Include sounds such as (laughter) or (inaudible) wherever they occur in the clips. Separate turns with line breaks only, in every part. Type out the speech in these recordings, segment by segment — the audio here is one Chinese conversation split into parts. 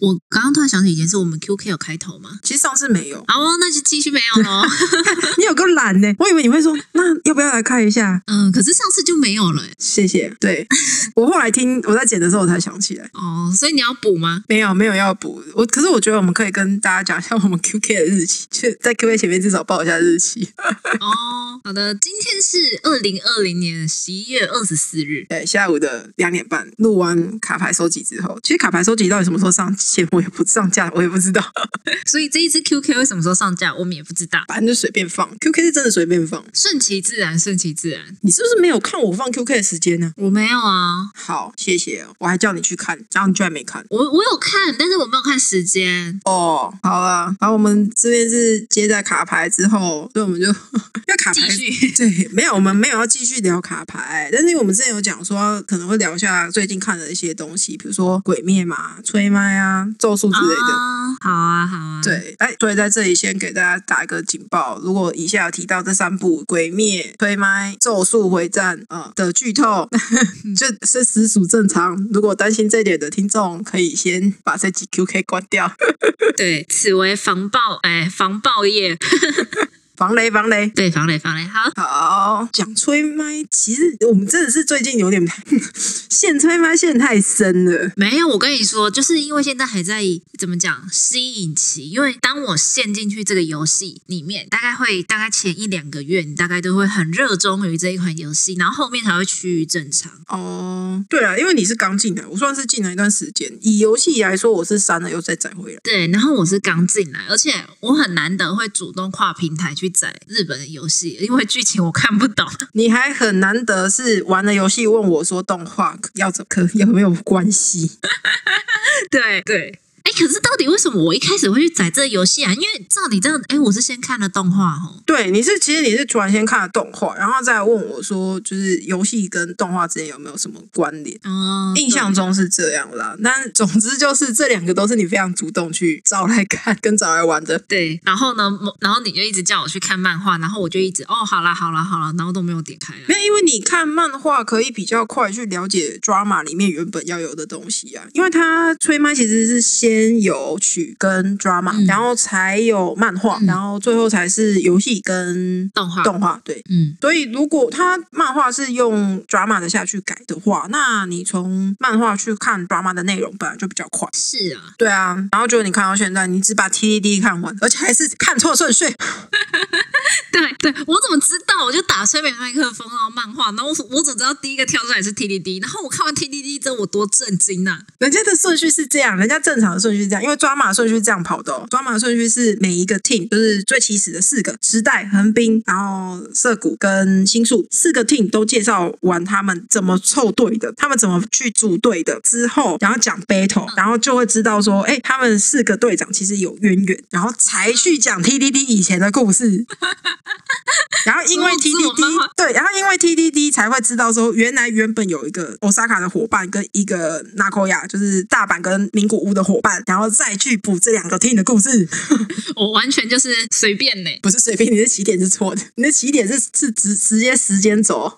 我刚刚突然想起一件事，我们 QK 有开头吗？，
其实上次没有
好、哦，那就继续没有喽。
(laughs) 你有个懒呢、我以为你会说，那要不要来看一下？
嗯，可是上次就没有了欸、
谢谢。 (laughs) 对我后来听我在剪的时候，我才想起来，
哦，所以你要补吗？
没有没有要补。我可是我觉得我们可以跟大家讲一下我们 QK 的日期，就在 QK 前面至少报一下日期。
哦，好的，今天是二零二零年十一月二十四日。
对，下午的两点半录完卡牌收集之后，其实卡牌收集到底什么时候上线，我也不上架，我也不知 (laughs) 道，
所以这一支 QK 会什么时候上架，我们也不知道，
反正就随便放。QK 是真的随便放，
顺其自然，顺其自然。
你是不是没有看我放 QK 的时间呢？
我没有啊，
好，谢谢哦，我还叫你去看，然后你居然没看。
我我有看，但是我没有看时间。
哦，好了，然后我们这边是接在卡牌之后，所以我们就 (laughs) 因为卡牌
继续
对，没有，我们没有要继续聊卡牌，但是因为我们之前有讲说可能会聊一下最近看的一些东西，比如说《鬼灭》嘛、《吹麦》啊、《咒术》之类的。
啊好啊，好啊。，
对，哎，所以在这里先给大家打一个警报，如果以下有提到这三部《鬼灭》《推麦》《咒术回战》啊、呃、的剧透， (laughs) 就是实属正常。如果担心这一点的听众，可以先把这集 QK 关掉， (laughs)
对，此为防爆，哎，防爆业，
防雷防雷。
对，防雷，防雷。好，
好，讲吹麦，其实我们真的是最近有点 (laughs) 陷吹麦陷太深了。
没有，我跟你说，就是因为现在还在怎么讲吸引期，因为当我陷进去这个游戏里面，大概会大概前一两个月，你大概都会很热衷于这一款游戏，然后后面才会趋于正常。
哦，对啊，因为你是刚进来，我算是进来一段时间。以游戏来说，我是删了又再载回来。
对，然后我是刚进来，而且我很难得会主动跨平台去载日本的游戏，因为剧情我看不懂。 (laughs)
你还很难得是玩了游戏问我说动画要怎可有没有关系？
对对。哎，可是到底为什么我一开始会去载这个游戏啊？因为照你这样，哎，我是先看了动画哦。
对，你是其实你是突然先看了动画，然后再问我说，就是游戏跟动画之间有没有什么关联？
哦，
印象中是这样啦，但总之就是这两个都是你非常主动去找来看跟找来玩的。
对，然后呢，某然后你就一直叫我去看漫画，然后我就一直哦，好啦，好啦，好啦，然后都没有点开
没
来。
有，因为你看漫画可以比较快去了解 drama 里面原本要有的东西啊，因为它吹麦其实是先有曲跟 drama，、
嗯
然后才有漫画，
嗯
然后最后才是游戏跟
动画，
动画。对，
嗯，
所以如果它漫画是用 drama 的下去改的话，那你从漫画去看 drama 的内容本来就比较快。
是啊，
对啊，然后就你看到现在，你只把 TDD 看完，而且还是看错顺序。
对对，我怎么知道？我就打催眠麦克风，然后漫画，然后我我只知道第一个跳出来是 T D D，然后我看完 T D D 之后，我多震惊啊呐、
人家的顺序是这样，人家正常的顺序是这样，因为抓马顺序是这样跑的哦。抓马顺序是每一个 team 就是最起始的四个时代、横滨，然后涩谷跟新宿四个 team 都介绍完他们怎么凑队的，他们怎么去组队的之后，然后讲 battle，然后就会知道说，哎，他们四个队长其实有渊源，然后才去讲 TDD 以前的故事。然后因为
哦自我漫
TDD
画
对，然后因为 TDD 才会知道说，原来原本有一个 Osaka 的伙伴跟一个 Nagoya，就是大阪跟名古屋的伙伴，然后再去补这两个 team 的故事，
我完全就是随便呢、
不是随便，你的起点是错的，你的起点是是直直接时间轴，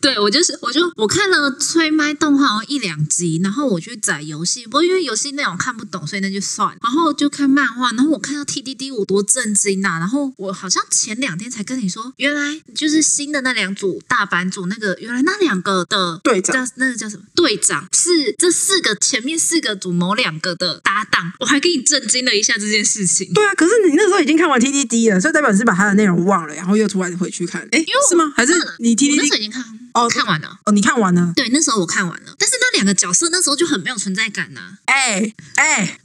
对我就是，我就我看了催麦动画好像一两集，然后我去载游戏，不过因为游戏内容看不懂，所以那就算了。然后就看漫画，然后我看到 T D D，我多震惊呐、然后我好像前两天才跟你说，原来就是新的那两组大版主，那个原来那两个的
队长
叫那个叫什么队长，是这四个前面四个组某两个的搭档，我还给你震惊了一下这件事情。
对啊，可是你那时候已经看完 TDD 了，所以代表你是把它的内容忘了，然后又突然回去看，哎
因为，我嗯
是吗？还是你
我那时候
TDD
已经看
哦
看完了。
哦，你看完了？
对，那时候我看完了，但是那两个角色那时候就很没有存在感呐、啊
哎哎，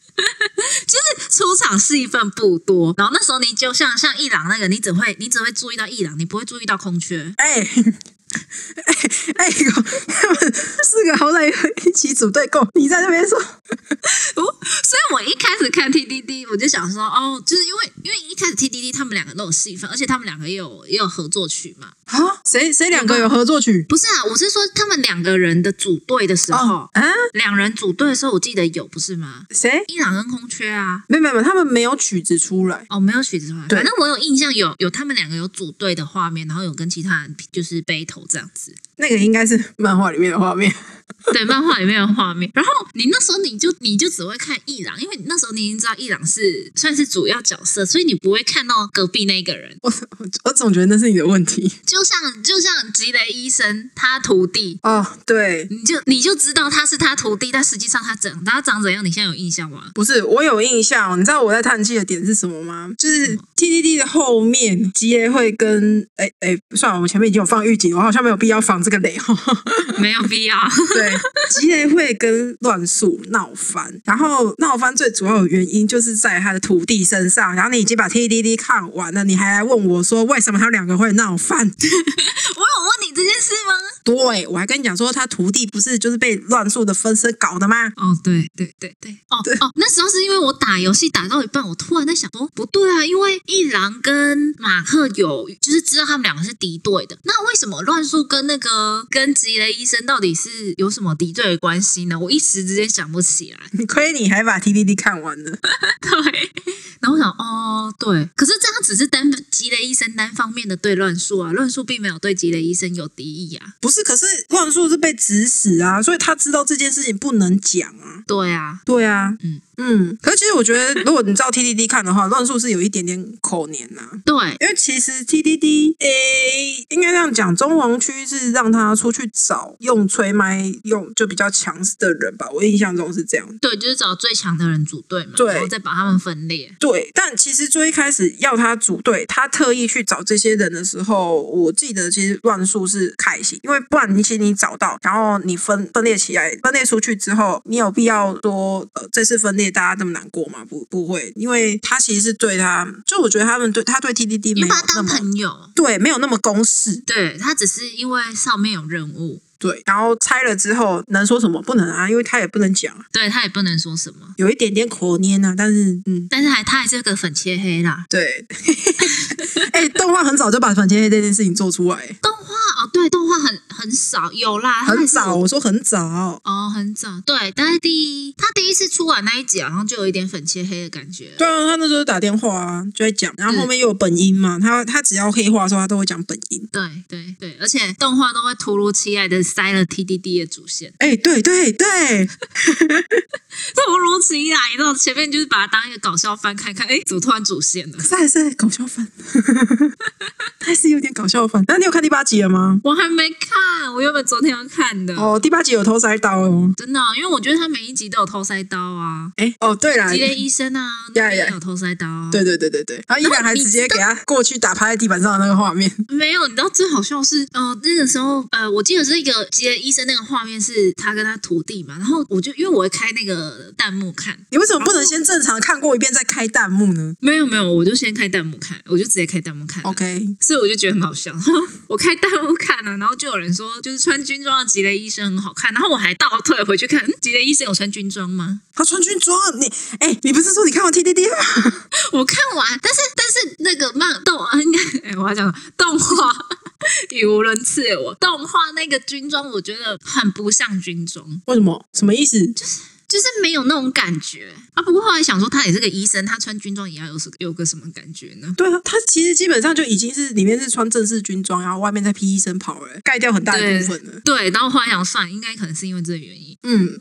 出场戏份不多，然后那时候你就像像伊朗那个，你只会你只会注意到伊朗，你不会注意到空缺。
哎、哎哎、他们 (laughs) 四个好歹一起组队够，你在那边说，
哦所以我一开始看 T D D，我就想说，哦，就是因为因为一开始 T D D 他们两个都有戏份，而且他们两个也有也有合作曲嘛。
啊，谁谁两个有合作曲？
不是啊，我是说他们两个人的组队的时候，
啊，
两人组队的时候，我记得有不是吗？
谁？
伊朗跟空缺啊。
没有没有没有，他们没有曲子出来。
哦，没有曲子团，
对
反正我有印象有有他们两个有组队的画面，然后有跟其他人就是 battle 这样子。
那个应该是漫画里面的画面。 (laughs)
对，漫画里面的画面。然后你那时候你就你就只会看一郎，因为你那时候你已经知道一郎是算是主要角色，所以你不会看到隔壁那个人。
我我我总觉得那是你的问题
就像就像吉雷医生他徒弟，
哦，对。
你就你就知道他是他徒弟，但实际上他长他长怎样，你现在有印象吗？
不是，我有印象。你知道我在叹气的点是什么吗？就是 T D D 的后面，吉雷会跟哎哎，算了，我们前面已经有放预警，我好像没有必要放这个雷哈。
没有必 (laughs) 要。
(laughs) 对，吉雷会跟乱树闹翻，然后闹翻最主要的原因就是在他的徒弟身上。然后你已经把 T D D 看完了，你还来问我说为什么他们两个会闹翻？ (laughs)
我有问你这件事吗？
对我还跟你讲说，他徒弟不是就是被乱树的分身搞的吗？ (laughs)
哦，对对对对，哦
对
哦，那时候是因为我打游戏打到一半，我突然在想，哦，不对啊，因为一郎跟马克有就是知道他们两个是敌对的，那为什么乱树跟那个跟吉雷医生到底是有什么敌对的关系呢？我一时之间想不起来。 (laughs)
亏你还把 T D D 看完了。
对，然后我想，哦，对，可是这样只是单吉雷医生单方面的对乱树啊，乱树并没有对吉雷医生有敌意啊。
不是，可是乱树是被指使啊，所以他知道这件事情不能讲啊。
对啊，
对啊，
嗯
嗯，可是其实我觉得，如果你照 T D D 看的话，乱树是有一点点口黏呐、啊。
对，
因为其实 T D D 诶，应该这样讲，中王区是让他出去找用吹麦用就比较强势的人吧，我印象中是这样。
对，就是找最强的人组队嘛，
对
然后再把他们分裂。
对，但其实最一开始要他组队，他特意去找这些人的时候，我记得其实乱数是开心，因为不然你其实你找到，然后你分分裂起来，分裂出去之后，你有必要说呃这次分裂大家这么难过吗？不不会，因为他其实是对他，就我觉得他们对他对 TDD
你
没有
把他
那
当
么
朋友，
对没有那么公式，
对他只是因为上面有任务，
对，然后拆了之后能说什么？不能啊，因为他也不能讲啊，
对他也不能说什么，
有一点点口黏啊，但是嗯。
但是还他还是个粉切黑啦。
对， (laughs) 哎、动画很早就把反切黑这件事情做出来，
动画哦，对，动画很很少有啦，他还
很
是
早，
有
我说很早。
哦，很早，对，但是第一他第一次出完那一集，好像就有一点粉切黑的感觉了。
对啊，他那时候打电话啊，就在讲，然后后
嗯
面又有本音嘛，他他只要黑化的时候，他都会讲本音。
对对对，而且动画都会突如其来的塞了 TDD 的主线，
哎、对对对，
突如其来，到前面就是把它当一个搞笑番看看，哎，怎么突然主线了
可？是还是搞笑番， (laughs) 还是有点搞笑番。那你有看第八集了吗？
我还没看，我原本昨天要看的，
哦，第八集有偷塞刀哦。
真的哦、因为我觉得他每一集都有偷塞刀啊，
哎、哦，对啦，
吉雷医生啊，
呀
那
呀
边有偷塞刀、啊，
对对对对对，然后依然还直接给他过去打趴在地板上的那个画面。
没有，你知道最好笑是，呃，那个时候，呃，我记得是一个吉雷医生那个画面是他跟他徒弟嘛，然后我就因为我会开那个弹幕看，
(laughs) 你为什么不能先正常看过一遍再开弹幕呢
没有没有，我就先开弹幕看，我就直接开弹幕看了。
？OK，
所以我就觉得很好笑。 (laughs) 我开弹幕看了，然后就有人说，就是穿军装的吉雷医生很好看，然后我还倒退回去看，嗯，吉雷医生有穿军装吗？
他穿军装，你哎、你不是说你看完 T D D 吗？
我看完，但是但是那个漫动，啊应该哎、我还讲动画。语无伦次耶，我动画那个军装，我觉得很不像军装，
为什么？什么意思？
就是没有那种感觉啊。不过后来想说，他也是个医生，他穿军装也要有什有个什么感觉呢？
对啊，他其实基本上就已经是里面是穿正式军装，然后外面再披医生袍了，盖掉很大一部分了。
对，然后后来想算，应该可能是因为这个原因。
嗯，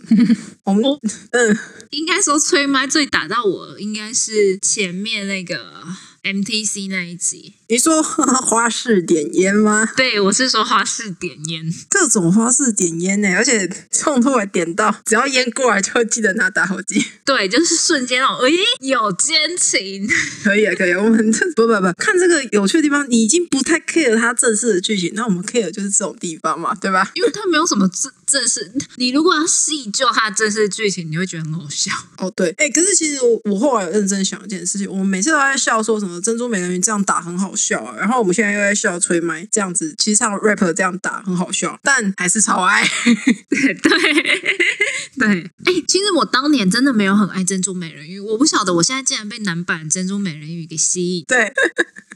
我们
我
嗯，
应该说吹麦最打到我，应该是前面那个 MTC 那一集。
你说 (laughs) 花式点烟吗？
对，我是说花式点烟，
各种花式点烟呢、而且冲突还点到，只要烟过来就记得拿打火机。
对，就是瞬间哦，咦，有奸情，
可以啊，可以啊，我们这不不不看这个有趣的地方，你已经不太 care 它正式的剧情，那我们 care 就是这种地方嘛，对吧？
因为他没有什么正正式。你如果要细究他的正式剧情，你会觉得很好笑。 (laughs)
哦，对，哎、可是其实我我后来有认真想一件事情，我们每次都在笑说什么珍珠美人鱼这样打很好笑啊，然后我们现在又在笑吹麦这样子，其实唱 rap 这样打很好笑，但还是超爱。 (laughs)
对对，哎、其实我当年真的没有很爱珍珠美人鱼，我不晓得我现在竟然被男版珍珠美人鱼给吸引。
对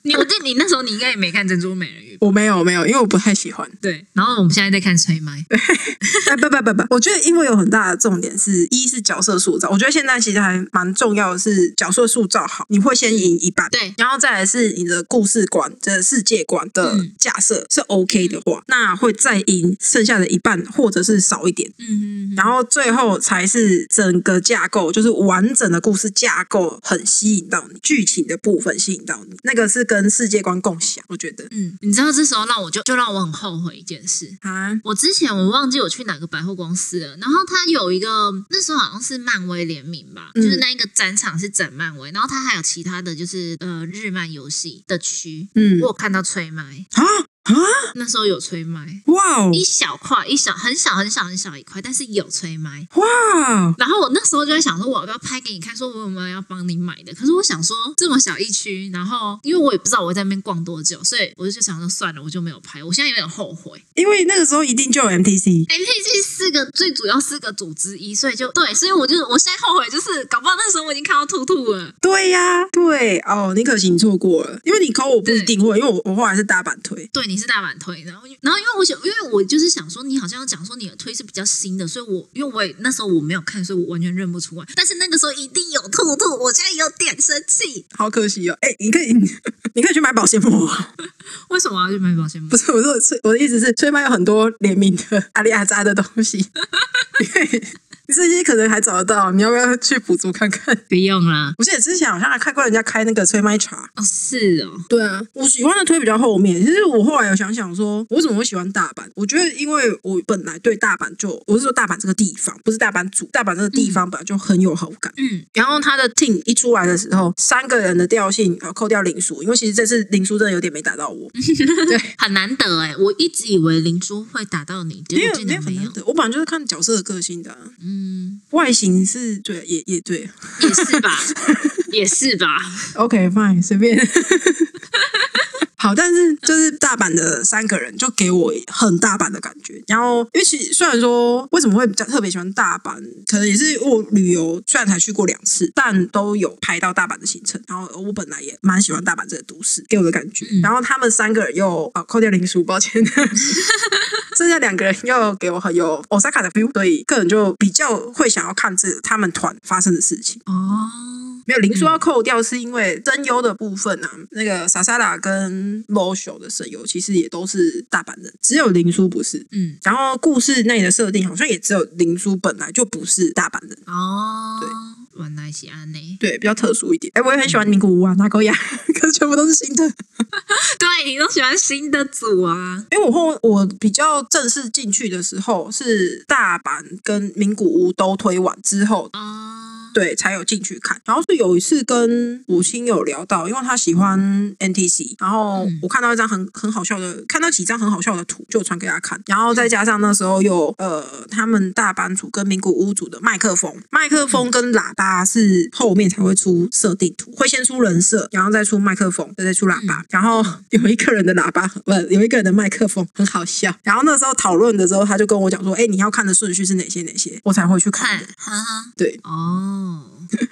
你，我记得你那时候你应该也没看珍珠美人鱼吧。
我没有没有，因为我不太喜欢。
对，然后我们现在在看吹麦，
哎，不不不不，我觉得因为有很大的重点是，一是角色塑造，我觉得现在其实还蛮重要的是角色塑造好，你会先赢一半。
对对，
然后再来是你的故事观、这个世界观的
嗯
假设是 OK 的话，那会再赢剩下的一半或者是少一点，
嗯嗯嗯，
然后最后才是整个架构，就是完整的故事架构很吸引到你，剧情的部分吸引到你，那个是跟世界观共享，我觉得
嗯，你知道这时候让我就就让我很后悔一件事，
啊，
我之前我忘记我去哪个百货公司了，然后它有一个那时候好像是漫威联名吧，
嗯
就是那一个展场是展漫威，然后它还有其他的就是呃日漫游戏的区，
嗯
我有看到吹麦，
啊啊，
那时候有吹麦。
哇哦
一小块，一小很小很小很小一块，但是有吹麦。
哇哦，
然后我那时候就在想说，我要不要拍给你看，说我有没有要帮你买的？可是我想说这么小一区，然后因为我也不知道我会在那边逛多久，所以我就想说算了，我就没有拍。我现在有点后悔。
因为那个时候一定就有 MTC，
MTG 四个最主要四个组之一，所以就对，所以我就我现在后悔，就是搞不好那时候我已经看到兔兔了。
对呀、对哦，你可惜你错过了，因为你扣我不一定会，因为我我后来是大阪推，
对，你是大阪推，然后然后因为我想，因为我就是想说，你好像讲说你的推是比较新的，所以我因为我也那时候我没有看，所以我完全认不出来。但是那个时候一定有兔兔，我现在有点生气。
好可惜哦。哎，你可以 (laughs) 你可以去买保鲜膜啊，
为什么要去啊买保鲜膜
不？是我说我我的意思是，催麦有很多联名的阿里阿扎的东西， (laughs) 你可以你这些可能还找得到，你要不要去补足看看？
不用啦。
我记得之前好像还看过人家开那个催麦茶。
哦，是哦，
对啊，我喜欢的推比较后面。其实我后来有想想说，我为什么会喜欢大阪？我觉得因为我本来对大阪就，我是说大阪这个地方，不是大阪主，大阪这个地方本来就很有好感。
嗯，
然后他的 team 一出来的时候，三个人的调性，然后扣掉林书，因为其实这次林书真的有点没打到我，
嗯很难得哎，我一直以为灵珠会打到你，
没
结
有
果竟
没
然
有
没
很难
有。
得。我本来就是看角色的个性的啊、
嗯，
外形是对，也也对。
也是吧， (laughs) 也是吧。
OK fine，随便。 (laughs) 好，但是就是大阪的三个人就给我很大阪的感觉。然后，因为其实虽然说为什么会比较特别喜欢大阪，可能也是我旅游虽然才去过两次，但都有排到大阪的行程。然后我本来也蛮喜欢大阪这个都市给我的感觉。 (laughs)
嗯
然后他们三个人又啊，扣掉林叔，抱 (laughs) 歉，剩下两个人又给我很有 Osaka 的 feel，所以个人就比较会想要看这他们团发生的事情。
(laughs) 哦，
没有零说要扣掉，是因为声优的部分啊，那个萨萨拉跟 Losho 的声优其实也都是大阪人，只有林叔不是。
嗯，
然后故事内的设定好像也只有林叔本来就不是大阪人，
哦，对，原来是安呢。
对，比较特殊一点。哎，我也很喜欢名古屋啊、那高亚， (laughs) 可是全部都是新的。
对你都喜欢新的组啊，
因为我后我比较正式进去的时候是大阪跟名古屋都推完之后
哦，
对，才有进去看。然后是有一次跟五亲有聊到，因为他喜欢 NTC，然后
嗯
我看到一张很很好笑的，看到几张很好笑的图，就传给他看。然后再加上那时候有呃，他们大班组跟名古屋组的麦克风，麦
嗯
克风跟喇叭是后面才会出设定图，会先出人设，然后再出麦克风，再再出喇
嗯
叭。然后有一个人的喇叭，不，有一个人的麦克风很好笑。然后那时候讨论的时候，他就跟我讲说：“哎，你要看的顺序是哪些哪些，我才会去看
看
的。”，
哈哈，
对，
哦，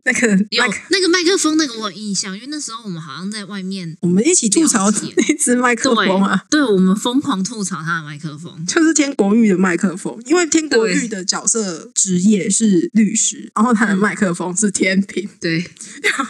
那个
嗯有
麦克
那个麦克风那个我有印象，因为那时候我们好像在外面，
我们一起吐槽
了解
那只麦克风啊，
对，我们疯狂吐槽他的麦克风，
就是天国玉的麦克风，因为天国玉的角色职业是律师，然后他的麦克风是天平。
对，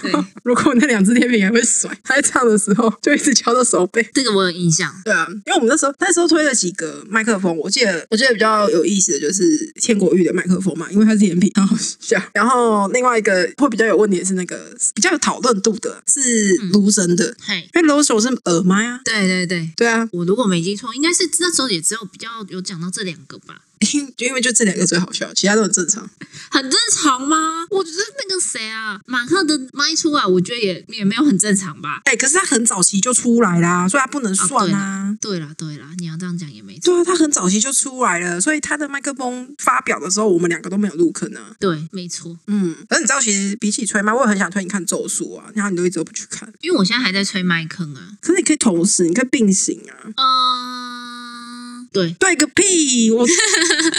嗯对，
(laughs) 如果那两只天平还会甩，他在唱的时候就一直敲到手背。
这个我有印象，
对啊，因为我们那时候那时候推了几个麦克风，我记得我记得比较有意思的就是天国玉的麦克风嘛，因为它是 (laughs) 甜品，很好笑。啊然后另外一个会比较有问题的是那个比较有讨论度的是
嗯
卢森的，
嘿，
因为卢手是耳麦啊。
对对对。
对啊，
我如果没记错，应该是那时候也只有比较有讲到这两个吧，
(laughs) 就因为就这两个最好笑，其他都很正常。
很正常吗？我觉得那个谁啊，马克的麦出来，我觉得也也没有很正常吧。
哎、可是他很早期就出来啦，所以他不能算啊。
对啦对啦，你要这样讲也没错。
对啊，他很早期就出来了，所以他的麦克风发表的时候，我们两个都没有入坑啊。
对，没错，
嗯，可是你知道，其实比起吹麦，我也很想推你看《咒术》啊，然后你都一直都不去看。
因为我现在还在吹麦坑啊。
可是你可以同时，你可以并行啊。
嗯，对，
对个屁！我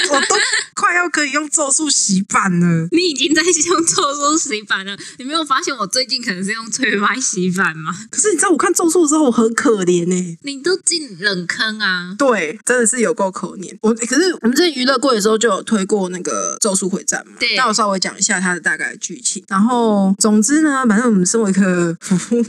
我都快要可以用咒术洗版了。
你已经在用咒术洗版了，你没有发现我最近可能是用催麦洗版吗？
可是你知道，我看咒术的时候，我很可怜欸呢、
你都进冷坑啊！
对，真的是有够可怜。我可是我们之前娱乐过的时候就有推过那个《咒术回战》嘛，
对
那我稍微讲一下它的大概剧情。然后，总之呢，反正我们身为一个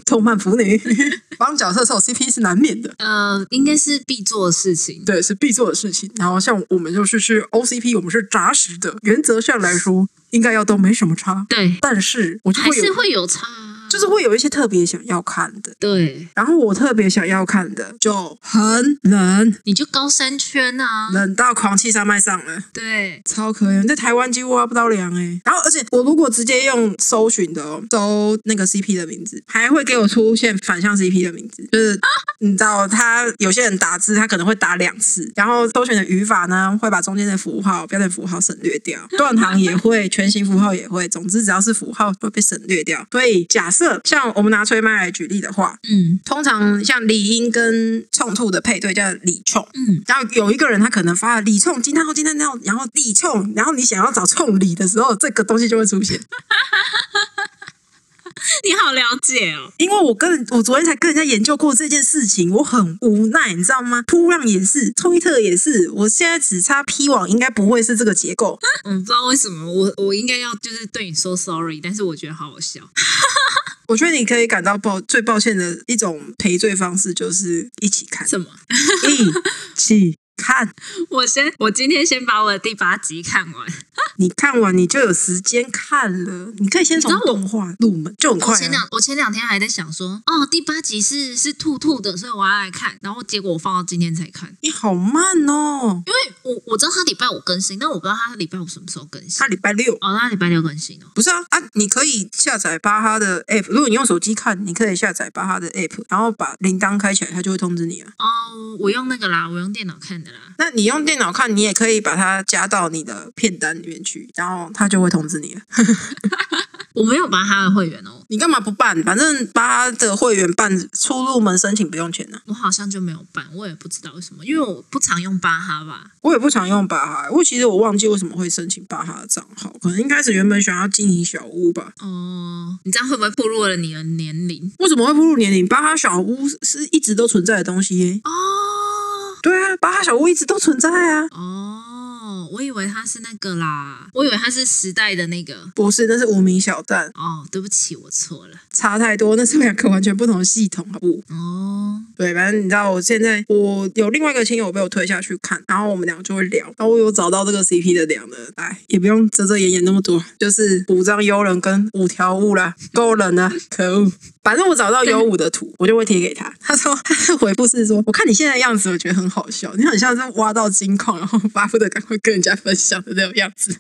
动漫腐女， (laughs) 帮角色凑 CP 是难免的。
呃，应该是必做的事情。
对，是必做的事情。然后像我们就是是 OCP，我们是杂食的，原则上来说应该要都没什么差，
对，
但是我就
还
会有
是会有差啊。
就是会有一些特别想要看的，
对，
然后我特别想要看的就很冷，
你就高山圈啊。
冷到狂气山脉上了。
对，
超可怜，在台湾几乎挖不到粮哎、然后，而且我如果直接用搜寻的、哦、搜那个 CP 的名字，还会给我出现反向 CP 的名字，就是你知道，他有些人打字他可能会打两次，然后搜寻的语法呢会把中间的符号、标点符号省略掉，断行也会，全形符号也会，总之只要是符号会被省略掉。所以假设像我们拿吹麦来举例的话，
嗯
通常像李英跟冲兔的配对叫李冲，
嗯，
然后有一个人他可能发了李冲惊叹号惊叹号，然后李冲，然后你想要找冲李的时候，这个东西就会出现。 (laughs)
你好了解哦。
因为我跟我昨天才跟人家研究过这件事情，我很无奈，你知道吗？扑浪也是，推特也是，我现在只差 P 网应该不会是这个结 (laughs) 构。
我嗯不知道为什么，我我应该要就是对你说 sorry，但是我觉得好好笑。 (laughs)
我觉得你可以感到抱最抱歉的一种赔罪方式，就是一起 (laughs) 看，
什么？
一起看。
我先，我今天先把我的第八集看完。
你看完你就有时间看了，你可以先从
你知道我
动画入门，就很快、
我
啊。
前两我前两天还在想说，哦，第八集是是兔兔的，所以我要来看。然后结果我放到今天才看，
你好慢哦，
因为我我知道他礼拜五更新，但我不知道他礼拜五什么时候更新
他。礼拜六
哦，他礼拜六更新哦。
不是啊啊！你可以下载巴哈的 app，如果你用手机看，你可以下载巴哈的 app，然后把铃铛开起来，它就会通知你啊。
哦，我用那个啦，我用电脑看的啦。
那你用电脑看，你也可以把它加到你的片单里面去，然后它就会通知你了。
我没有拔他的会员哦，
你干嘛不办？反正巴哈的会员办出入门申请不用钱呢、啊。
我好像就没有办，我也不知道为什么，因为我不常用巴哈吧。
我也不常用巴哈，我其实我忘记为什么会申请巴哈的账号，可能一开始原本想要经营小屋吧。
哦，你这样会不会暴露了你的年龄？
为什么会步入年龄？巴哈小屋是是一直都存在的东西耶、
哦
对啊，巴哈小屋一直都存在啊。
哦，我以为他是那个啦，我以为他是时代的那个。
不是，那是无名小站，
哦，对不起，我错了。
差太多，那是两个完全不同的系统，好不？
哦，
对，反正你知道，我现在我有另外一个亲友被我推下去看，然后我们俩就会聊，然后我有找到这个 CP 的两的，哎，也不用遮遮掩掩那么多，就是五张幽人跟五条悟啦，够冷了，可恶！反正我找到幽武的图，我就会贴给他。他说他的回复是说，我看你现在的样子，我觉得很好笑，你很像是挖到金矿，然后巴不得赶快跟人家分享的那种样子。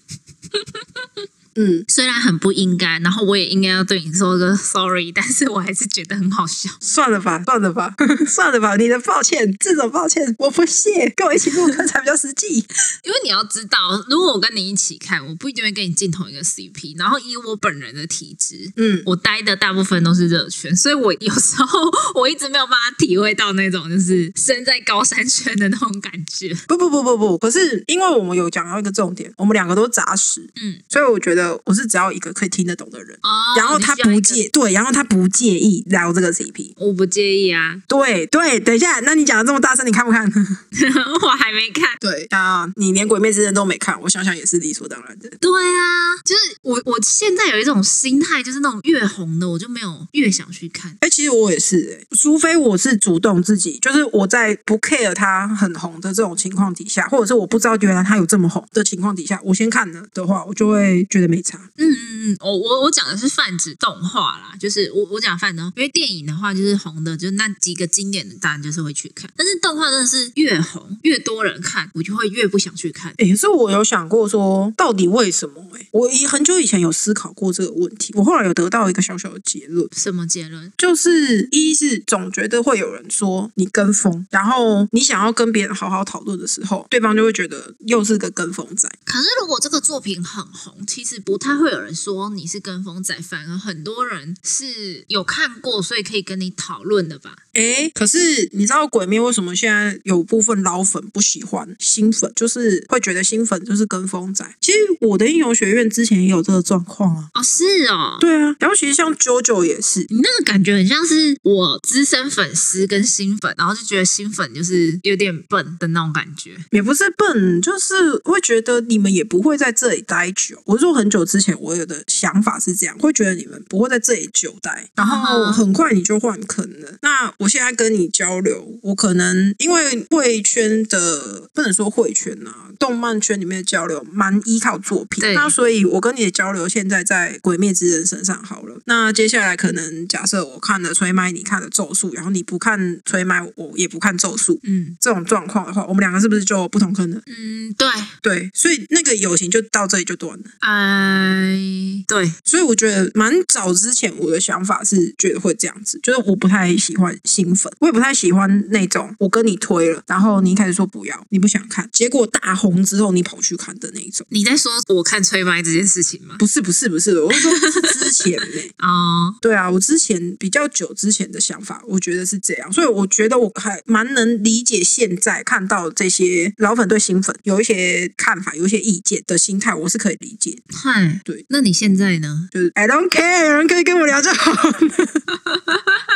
嗯，
虽然很不应该，然后我也应该要对你说个 sorry，但是我还是觉得很好笑。
算了吧，算了吧， (laughs) 算了吧，你的抱歉，这种抱歉我不屑，跟我一起录课才比较实际。
(laughs) 因为你要知道，如果我跟你一起看，我不一定会跟你进同一个 CP。然后以我本人的体质，
嗯，
我待的大部分都是热圈，所以我有时候我一直没有办法体会到那种就是身在高山圈的那种感觉。
不不不不不，可是因为我们有讲到一个重点，我们两个都杂食，
嗯，
所以我觉得我是只要一个可以听得懂的人，
(laughs) 哦，
然后他
你需要
不
一个，
介对，然后他不介意聊这个 CP。
我不介意啊，
对对，等一下，那你讲的这么大声，你看不看？ (laughs)
啊 (laughs) 我还没看。
对啊，你连《鬼灭之刃》都没看，我想想也是理所当然的。
对啊，就是我我现在有一种心态，就是那种越红的我就没有越想去看。
哎、其实我也是、欸，除非我是主动自己，就是我在不 care 他很红的这种情况底下，或者是我不知道原来他有这么红的情况底下，我先看了的话，我就会觉得没差。
嗯嗯嗯，我我我讲的是泛指动画啦，就是我我讲泛指，因为电影的话就是红的，就是那几个经典的，当然就是会去看。但是动画真的是越红越多人看，我就会越不想去看。
哎、所以我有想过说，到底为什么、欸？我也很久以前有思考过这个问题，我后来有得到一个小小的结论，
什么结论？
就是一是总觉得会有人说你跟风，然后你想要跟别人好好讨论的时候，对方就会觉得又是个跟风仔。
可是如果这个作品很红，其实不太会有人说你是跟风仔，反而很多人是有看过，所以可以跟你讨论的吧？
哎，可是你知道《鬼灭》为什么现在有部分老粉不喜欢新粉，就是会觉得新粉就是跟风仔。其实我的英雄学院之前也有这个状况啊。
哦，是哦，
对啊，然后其实像 JoJo 也是，
你那个感觉很像是我资深粉丝跟新粉，然后就觉得新粉就是有点笨的那种感觉。
也不是笨，就是会觉得你们也不会在这里待久。我是说很久之前我有的想法是这样，会觉得你们不会在这里久待，然后
嗯哼
很快你就换坑了。那我现在跟你交流，我可能因为会圈的不能说会圈啊，动漫圈里面的交流蛮依靠作品
对，
那所以我跟你的交流现在在《鬼灭之刃》身上好了。那接下来可能假设我看了吹麦，你看了咒术，然后你不看吹麦，我也不看咒术，
嗯
这种状况的话，我们两个是不是就不同坑了？
嗯，对，
对，所以那个友情就到这里就断了。
哎，对，
所以我觉得蛮早之前我的想法是觉得会这样子，就是我不太喜欢新粉，我也不太喜欢那种我跟你推了，然后你一开始说不要，你不想看，结果大红之后你跑去看的那一种。
你在说我看吹麦这件事情吗？
不是不是不是，我是说之前呢、
哦，
对啊，我之前比较久之前的想法，我觉得是这样，所以我觉得我还蛮能理解现在看到这些老粉对新粉有一些看法、有一些意见的心态，我是可以理解的。
嗨，
对，
那你现在呢？
就是 I don't care，有人可以跟我聊就好， (laughs)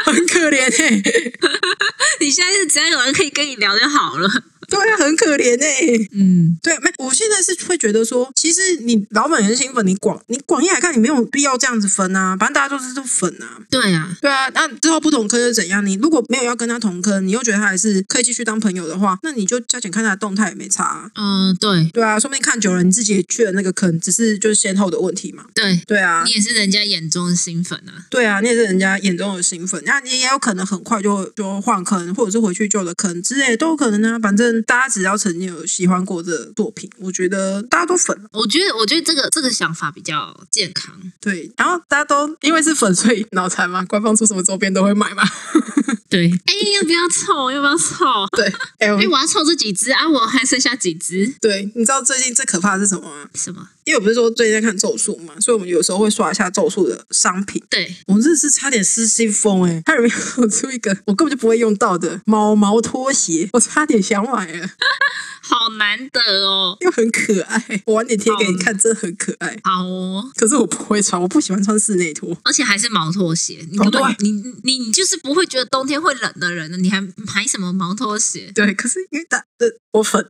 很可怜哎、
(laughs) 你现在是只要有人可以跟你聊就好了。
对啊，很可怜哎、
嗯，
对，没，我现在是会觉得说，其实你老粉跟新粉，你广你广义来看，你没有必要这样子分啊，反正大家就是都粉啊，
对啊，
对啊，那之后不同坑又怎样？你如果没有要跟他同坑，你又觉得他还是可以继续当朋友的话，那你就加紧看他的动态也没差、啊。
嗯、对
对啊，说不定看久了你自己也去了那个坑，只是就是先后的问题嘛。
对，
对啊
你，也是人家眼中的新粉啊。
对啊，你也是人家眼中的新粉，那你也有可能很快就就换坑，或者是回去旧的坑之类的都有可能啊。反正大家只要曾经有喜欢过这作品，我觉得大家都粉了。
我觉得，我觉得这个这个想法比较健康。
对，然后大家都因为是粉，所以脑残嘛，官方出什么周边都会买嘛。 (laughs)
对，哎，要不要凑？要不要凑？
对，哎、我
哎，我要凑这几只啊，我还剩下几只？
对，你知道最近最可怕的是什么吗？
什么？
因为我不是说最近在看《咒术》嘛，所以我们有时候会刷一下《咒术》的商品。
对，
我们真的是差点失心疯哎、它里面有出一个我根本就不会用到的毛毛拖鞋，我差点想买了，
好难得哦。
又很可爱。我晚点贴给你看，真的很可爱。
好哦，
可是我不会穿，我不喜欢穿室内拖。
而且还是毛拖鞋，你
哦
根本、
对
你你你就是不会觉得冬天会冷的人呢，你还买什么毛拖鞋？
对，可是因为大呃我粉，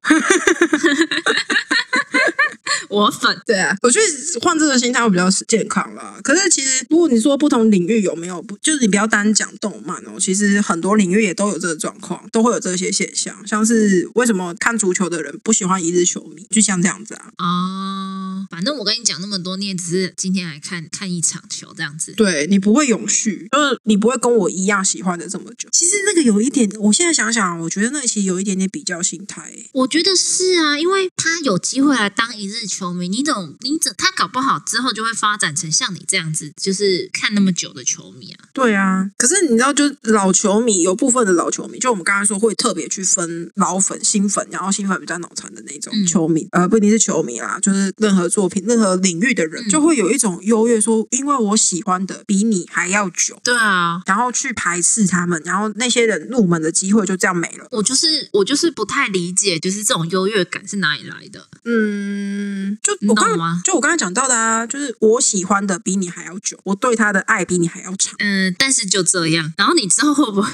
我粉
对啊，我觉得换这个心态会比较健康啦。可是其实如果你说不同领域有没有不，就是你不要单讲动漫哦，其实很多领域也都有这个状况，都会有这些现象，像是为什么看足球的人不喜欢一日球迷，就像这样子啊。
哦，反正我跟你讲那么多，你也只是今天来看看一场球这样子。
对你不会永续，就是你不会跟我一样喜欢的这么久。其实那个有一点，我现在想想，我觉得那其实有一点点比较心态、欸。
我觉得是啊，因为他有机会来当一日球迷，你总你怎他搞不好之后就会发展成像你这样子，就是看那么久的球迷啊。
对啊，可是你知道，就是老球迷有部分的老球迷，就我们刚刚说会特别去分老粉、新粉，然后新粉比较脑残的那种
嗯
球迷，呃，不一定是球迷啦，就是任何作品、任何领域的人，
嗯
就会有一种优越说，因为我喜欢的比你还要久，
对啊，
然后去排斥他们，然后那些人入门的机会就这样没了。
我就是我就是不太理解，就是这种优越感是哪里来的？
嗯，就
你
我
懂
刚
吗
就我刚才讲到的啊，就是我喜欢的比你还要久，我对他的爱比你还要长。
嗯，但是就这样。然后你之后会 (laughs) 不会？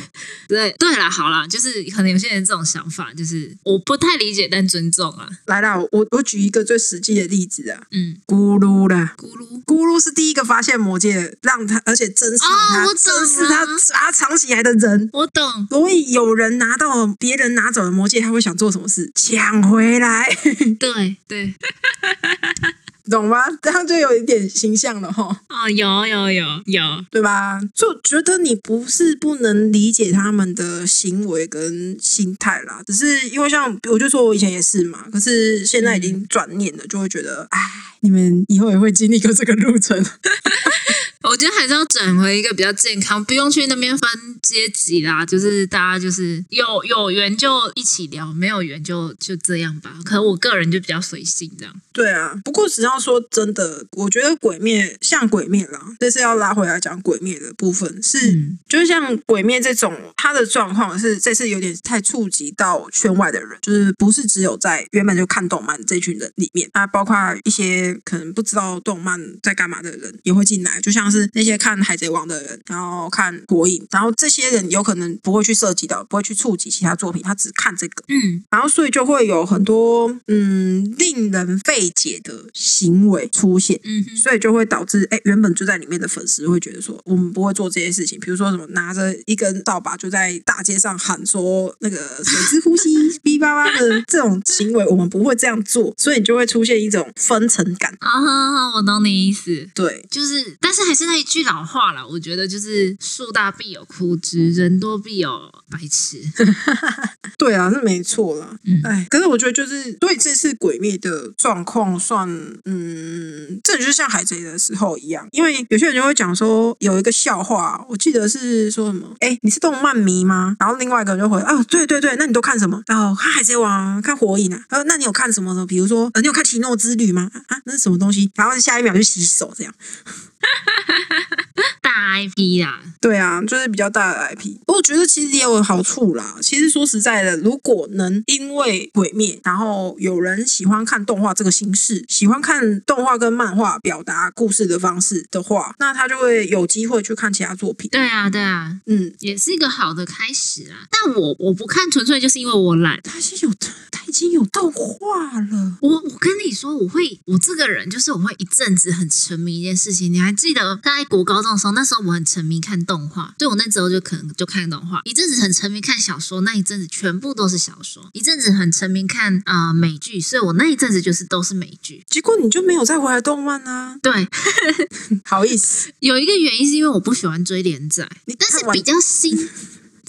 对对啦，好啦，就是可能有些人这种想法，就是我不太理解，但尊重啊。
来啦，我我举一个最实际的例子啊，
嗯，
咕噜啦。
咕噜，
咕噜是第一个发现魔戒的，让他而且珍视他，
哦我懂
珍
了
视他把他藏起来的人。
我懂。
所以有人拿到别人拿走的魔戒，他会想做什么事？抢回来， (laughs)
对对，
懂吗？这样就有一点形象了哈，
哦，有有有有，
对吧？就觉得你不是不能理解他们的行为跟心态啦，只是因为像我就说我以前也是嘛，可是现在已经转念了，就会觉得，哎，你们以后也会经历过这个路程，
我觉得还是要整回一个比较健康，不用去那边分阶级啦，就是大家就是有有缘就一起聊，没有缘就就这样吧。可能我个人就比较随性这样。
对啊，不过只要说真的，我觉得《鬼灭》像《鬼灭》啦，这是要拉回来讲《鬼灭》的部分，是、
嗯
就是像《鬼灭》这种，它的状况是这次有点太触及到圈外的人，就是不是只有在原本就看动漫这群人里面，啊，包括一些可能不知道动漫在干嘛的人也会进来，就像是那些看《海贼王》的人，然后看《火影》，然后这些人有可能不会去涉及到，不会去触及其他作品，他只看这个，
嗯，
然后所以就会有很多嗯令人费解的行为出现。
嗯哼，
所以就会导致，哎，原本就在里面的粉丝会觉得说，我们不会做这些事情，比如说什么拿着一根扫把就在大街上喊说那个水之呼吸哔叭叭的这种行为，我们不会这样做，所以你就会出现一种分层感。
啊哈，我懂你意思。
对，
就是，但是还是那一句老话啦，我觉得就是树大必有枯枝，人多必有白痴。 (laughs)
对啊，是没错啦。
嗯
哎，可是我觉得就是对这次鬼灭的状况算，嗯，这就是像海贼的时候一样，因为有些人就会讲说有一个笑话，我记得是说什么，哎，你是动漫迷吗？然后另外一个人就回，哦，对对对，那你都看什么？哦，看海贼王啊，看火影啊，呃，那你有看什么呢？比如说，呃，你有看奇诺之旅吗？啊，那是什么东西？然后下一秒就洗手这样。
大 IP 啦，
对啊，就是比较大的 IP。我觉得其实也有好处啦。其实说实在的，如果能因为《鬼灭》，然后有人喜欢看动画这个形式，喜欢看动画跟漫画表达故事的方式的话，那他就会有机会去看其他作品。
对啊，对啊，
嗯，
也是一个好的开始啊。但我我不看，纯粹就是因为我懒。
他是有，他已经有动画了。
我我跟你说，我会，我这个人就是我会一阵子很沉迷一件事情。你还记得大概国高中的时候，那时候我很沉迷看动画，所以我那时候就可能就看动画。一阵子很沉迷看小说，那一阵子全部都是小说。一阵子很沉迷看啊、呃美剧，所以我那一阵子就是都是美剧。
结果你就没有再回来动漫啊？
对，
嗯好意 (laughs) 思，
有一个原因是因为我不喜欢追连载，
你
但
太
是
晚
比较
(laughs)
新。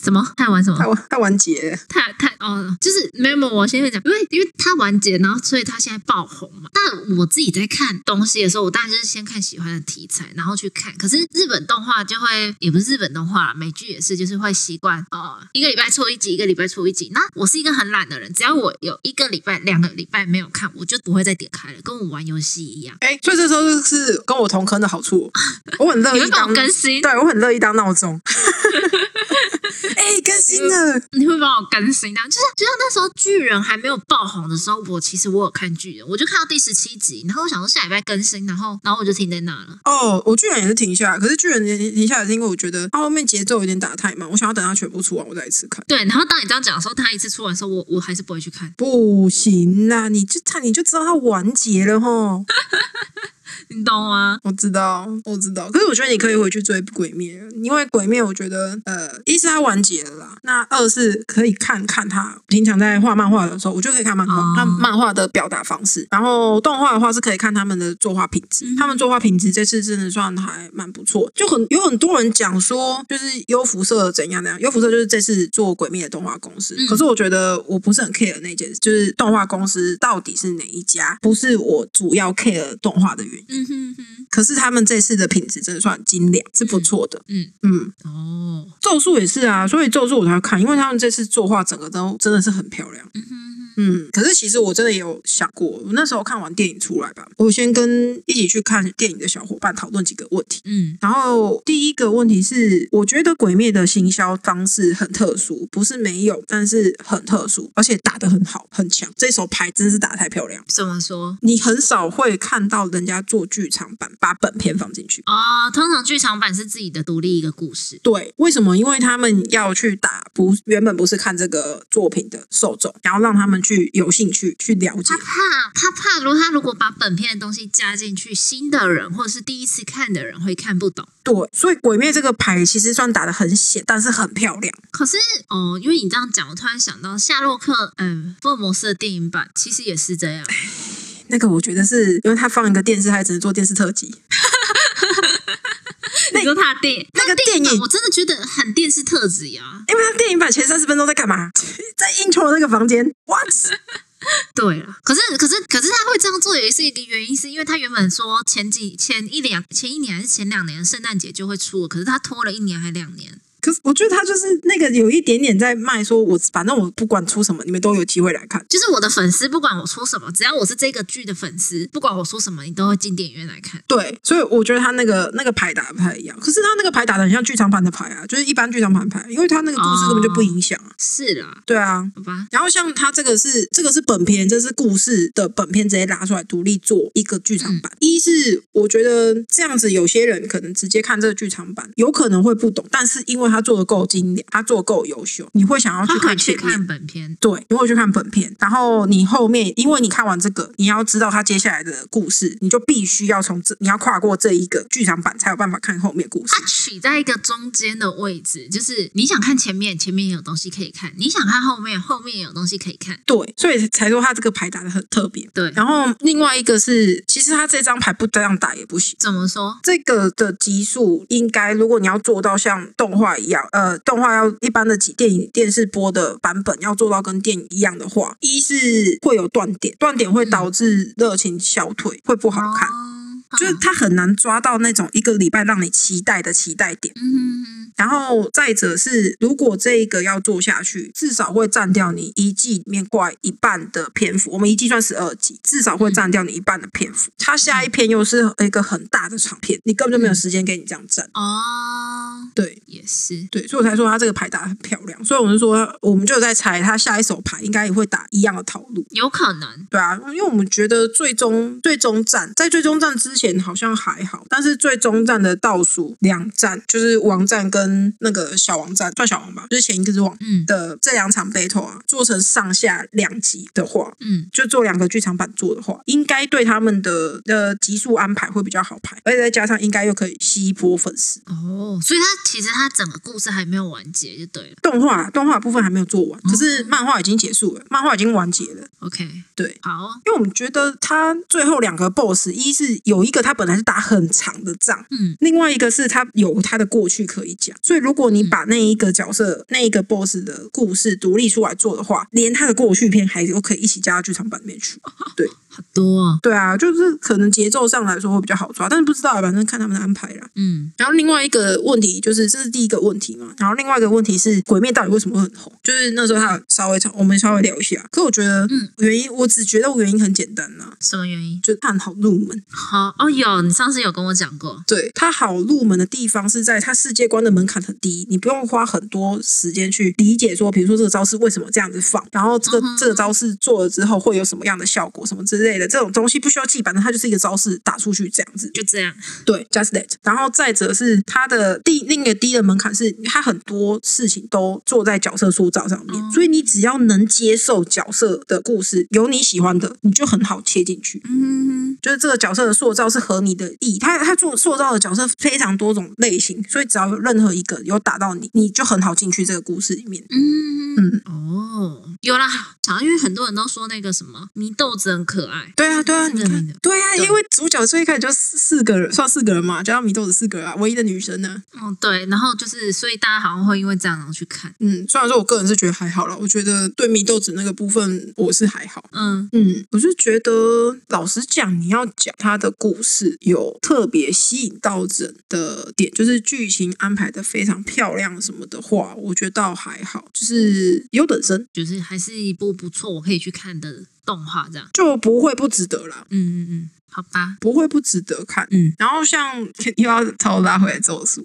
什么？太玩什么
太？完太完结了。
太太哦，就是没有没有，我先讲，因为因为它完结，然后所以它现在爆红嘛。但我自己在看东西的时候，我当然就是先看喜欢的题材，然后去看。可是日本动画就会，也不是日本动画啦，美剧也是，就是会习惯哦，一个礼拜出一集，一个礼拜出一集。那我是一个很懒的人，只要我有一个礼拜、两个礼拜没有看，我就不会再点开了，跟我玩游戏一样。
哎，所以这时候就是跟我同坑的好处，我很乐
你
意
会帮
当
我更新？
对我很乐意当闹钟。 (laughs) 哎、更新了，
你会帮我更新啊到，就是就像那时候巨人还没有爆红的时候，我其实我有看巨人，我就看到第十七集，然后我想说下礼拜更新，然后然后我就停在那了。
哦，我居然也是停下来，可是居然也停下来是因为我觉得它后面节奏有点打太慢，我想要等它全部出完我再一次看。
对，然后当你这样讲的时候，他一次出完的时候，我我还是不会去看。
不行啦，你就看你就知道它完结了吼。
你懂吗？
我知道，我知道，可是我觉得你可以回去追《鬼灭》，因为《鬼灭》我觉得呃，一是它完结了啦，那二是可以看看它平常在画漫画的时候，我就可以看漫画，
哦
看漫画的表达方式。然后动画的话是可以看他们的作画品质，
嗯
他们作画品质这次真的算还蛮不错。就很有很多人讲说，就是优辐射怎样怎样，优辐射就是这次做《鬼灭》的动画公司，
嗯
可是我觉得我不是很 care 那件事，就是动画公司到底是哪一家，不是我主要 care 动画的原因。
嗯哼哼，
可是他们这次的品质真的算精良，是不错的。
嗯
嗯，
哦，
咒术也是啊，所以咒术我才要看，因为他们这次作画整个都真的是很漂亮。
嗯哼哼，
嗯，可是其实我真的也有想过，我那时候看完电影出来吧，我先跟一起去看电影的小伙伴讨论几个问题。
嗯
然后第一个问题是，我觉得《鬼灭》的行销方式很特殊，不是没有，但是很特殊，而且打得很好，很强。这手牌真是打得太漂亮，
怎么说？
你很少会看到人家做剧场版把本片放进去。
哦，通常剧场版是自己的独立一个故事。
对，为什么？因为他们要去打不原本不是看这个作品的受众，然后让他们去有兴趣去了解
他。怕，他怕，如果他如果把本片的东西加进去，新的人或者是第一次看的人会看不懂。
对，所以《鬼灭》这个牌其实算打的很险，但是很漂亮。
可是哦，因为你这样讲，我突然想到夏洛克，嗯，福尔摩斯的电影版其实也是这
(laughs)
样。
那个我觉得是因为他放一个电视，他只能做电视特辑。
你说他的电
那个电
影版，
影，
我真的觉得很电视特质啊。
(laughs) 因为他电影版前三十分钟在干嘛？在 intro 那个房间，what？
对了，可是可是可是他会这样做也是一个原因，是因为他原本说前几前一两前一年还是前两年圣诞节就会出了，可是他拖了一年还两年。
可是我觉得他就是那个有一点点在卖，说我反正我不管出什么，你们都有机会来看。
就是我的粉丝，不管我出什么，只要我是这个剧的粉丝，不管我出什么，你都会进电影院来看。
对，所以我觉得他那个那个牌打的不太一样，可是他那个牌打的很像剧场版的牌啊，就是一般剧场版牌，因为他那个故事根本就不影响啊。
是啦，
对啊，
好吧，
然后像他这个是这个是本片，这是故事的本片直接拉出来独立做一个剧场
嗯
版。一是我觉得这样子，有些人可能直接看这个剧场版，有可能会不懂，但是因为他做的够精良，他做得够优秀，你会想要
他
去
回
看
去
前面
看本片。
对，你会去看本片，然后你后面，因为你看完这个，你要知道他接下来的故事，你就必须要从这，你要跨过这一个剧场版，才有办法看后面故事
它。取在一个中间的位置，就是你想看前面，前面也有东西可以看；你想看后面，后面也有东西可以看。
对，所以才说他这个牌打的很特别。
对，
然后另外一个是，其实他这张牌不这样打也不行。
怎么说？
这个的集数应该，如果你要做到像动画一样，呃，动画要一般的几电影电视播的版本要做到跟电影一样的话，一是会有断点，断点会导致热情消退，会不好看。
哦
就是它很难抓到那种一个礼拜让你期待的期待点。
嗯嗯
然后再者是，如果这一个要做下去，至少会占掉你一季里面快一半的篇幅。我们一季算十二集，至少会占掉你一半的篇幅。它下一篇又是一个很大的长篇，你根本就没有时间给你这样占。
嗯哦，
对
也是。
对，所以我才说它这个牌打得很漂亮。所以我们就说，我们就在猜它下一手牌应该也会打一样的套路。
有可能，
对啊，因为我们觉得最终最终战在最终战之前好像还好，但是最终战的倒数两战就是王战跟那个小王战，算小王吧，就是前一个之王
嗯
的这两场 battle 啊，做成上下两集的话，
嗯，
就做两个剧场版做的话，应该对他们的的集数安排会比较好排，而且再加上应该又可以吸一波粉丝。
哦，所以它其实它整个故事还没有完结就对了。
动画动画部分还没有做完，可是漫画已经结束了，漫画已经完结了，
OK，
对。
好哦，
因为我们觉得他最后两个 BOSS，一是有一个他本来是打很长的仗，
嗯，
另外一个是他有他的过去可以讲，所以如果你把那一个角色、那一个 BOSS 的故事独立出来做的话，连他的过去篇还都可以一起加到剧场版里面去。
好多、哦，
对啊，就是可能节奏上来说会比较好抓，但是不知道啊，反正看他们的安排啦。
嗯，
然后另外一个问题就是，这是第一个问题嘛。然后另外一个问题是，《鬼灭》到底为什么会很红？就是那时候他有稍微我们稍微聊一下，可我觉得，
嗯，
原因我只觉得原因很简单啊呐、
什么原因？
就它很好入门。
好哦，有你上次有跟我讲过，
对，它好入门的地方是在它世界观的门槛很低，你不用花很多时间去理解说，比如说这个招式为什么这样子放，然后这个、这个招式做了之后会有什么样的效果，什么之类的，这种东西不需要记，反正它就是一个招式打出去这样子。
就这样。
对，just that。然后再者是它的第另一个低的门槛是，它很多事情都做在角色塑造上面，所以你只要能接受角色的故事，有你喜欢的，你就很好切进去。
嗯，
就是这个角色的塑造是合你的意，他他做塑造的角色非常多种类型，所以只要有任何一个有打到你，你就很好进去这个故事里面。
嗯，哦，有啦，常因为很多人都说那个什么祢豆子很可爱，
对啊，对啊，你
是的
看
是的，
对啊，
对
因为主角最一开始就四四个人，算四个人嘛，加上米豆子四个人啊，唯一的女生呢。
嗯，对，然后就是所以大家好像会因为这样然后去看，
嗯，虽然说我个人是觉得还好啦，我觉得对米豆子那个部分我是还好。
嗯，
嗯，我是觉得，老实讲，你要讲他的故事有特别吸引到人的点，就是剧情安排的非常漂亮什么的话，我觉得倒还好，就是优等生
就是还是一部不错我可以去看的动画这样。
就不会不值得啦，
嗯嗯嗯，好吧，
不会不值得看。
嗯，
然后像 (laughs) 又要超拉回来咒术，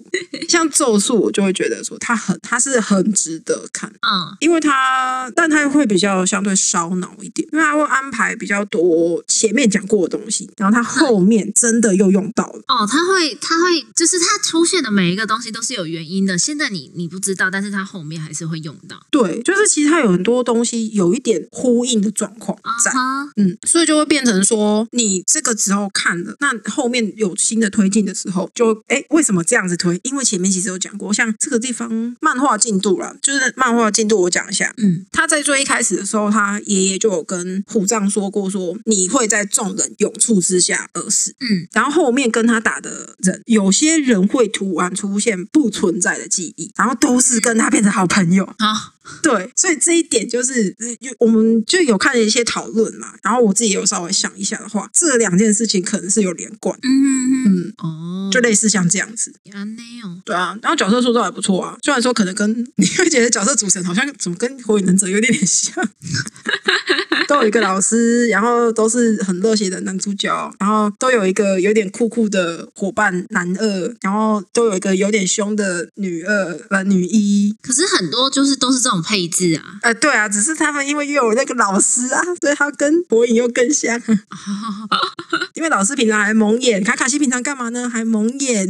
像咒术，我就会觉得说它很，它是很值得看。
嗯
因为它，但它会比较相对烧脑一点，因为它会安排比较多前面讲过的东西，然后它
嗯
后面真的又用到了。
哦，他会他会就是他出现的每一个东西都是有原因的，现在你你不知道，但是他后面还是会用到。
对，就是其实它有很多东西有一点呼应的状况
啊
在。
哈，
嗯，所以就会变成说，你这个时候看了，那后面有新的推进的时候，就哎，诶为什么这样子推？因为前面其实有讲过，像这个地方漫画进度啦，就是漫画进度，我讲一下。
嗯，
他在最一开始的时候，他爷爷就有跟虎杖说过说，你会在众人涌簇之下而死。
嗯，
然后后面跟他打的人，有些人会突然出现不存在的记忆，然后都是跟他变成好朋友。
好，
对，所以这一点就是呃有我们就有看了一些讨论嘛，然后我自己有稍微想一下的话，这两件事情可能是有连贯，
嗯嗯
嗯，
哦，
就类似像这样子。
安内哦，
对啊，然后角色塑造还不错啊，虽然说可能跟你会觉得角色组成好像怎么跟火影忍者有点点像， (laughs) 都有一个老师，然后都是很热血的男主角，然后都有一个有点酷酷的伙伴男二，然后都有一个有点凶的女二呃女一，
可是很多就是都是这种配置啊，
呃对啊，只是他们因为又有那个老师啊，所以他跟火影又更像， (laughs) 因为老师平常还蒙眼，卡卡西平常干嘛呢？还蒙眼，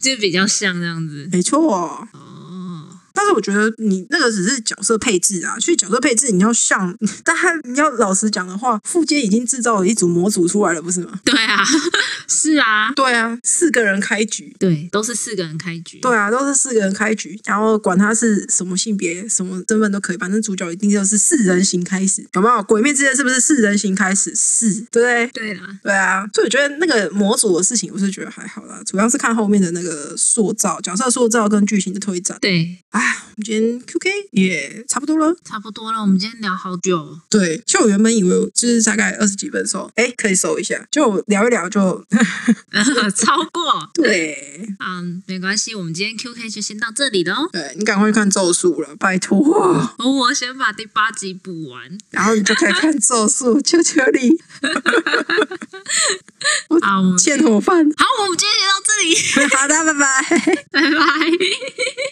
就比较像这样子。
没错。
哦，
但是我觉得你那个只是角色配置啊，所以角色配置你要像， (laughs) 但他你要老实讲的话，富坚已经制造了一组模组出来了，不是
(laughs)
吗？
对啊，是啊，
对啊，四个人开局。
对，都是四个人开局。
对啊，都是四个人开局，然后管他是什么性别、什么身份都可以，反正主角一定就是四人行开始，有没有？鬼灭之刃是不是四人行开始？是，对不对？
对啦，
对啊，所以我觉得那个模组的事情，我是觉得还好啦，主要是看后面的那个塑造、角色塑造跟剧情的推展。
对，
哎，我们今天 QK 也差不多了。
差不多了。我们今天聊好久 (laughs) 哦，
对，像我原本以为就是大概二十几分熟，哎，可以搜一下，就聊一聊就
超过。
对。
嗯，没关系，我们今天 QK 就先到这里喽。
(laughs) 对你赶快去看《咒术》了，拜托，
我先把第八集补完。
然后你就可以看《咒术》， (laughs) 求求你，
啊，我们
欠伙伴。
(laughs)
(laughs)
好，我们今天先到这里，
好的，拜拜。
拜拜。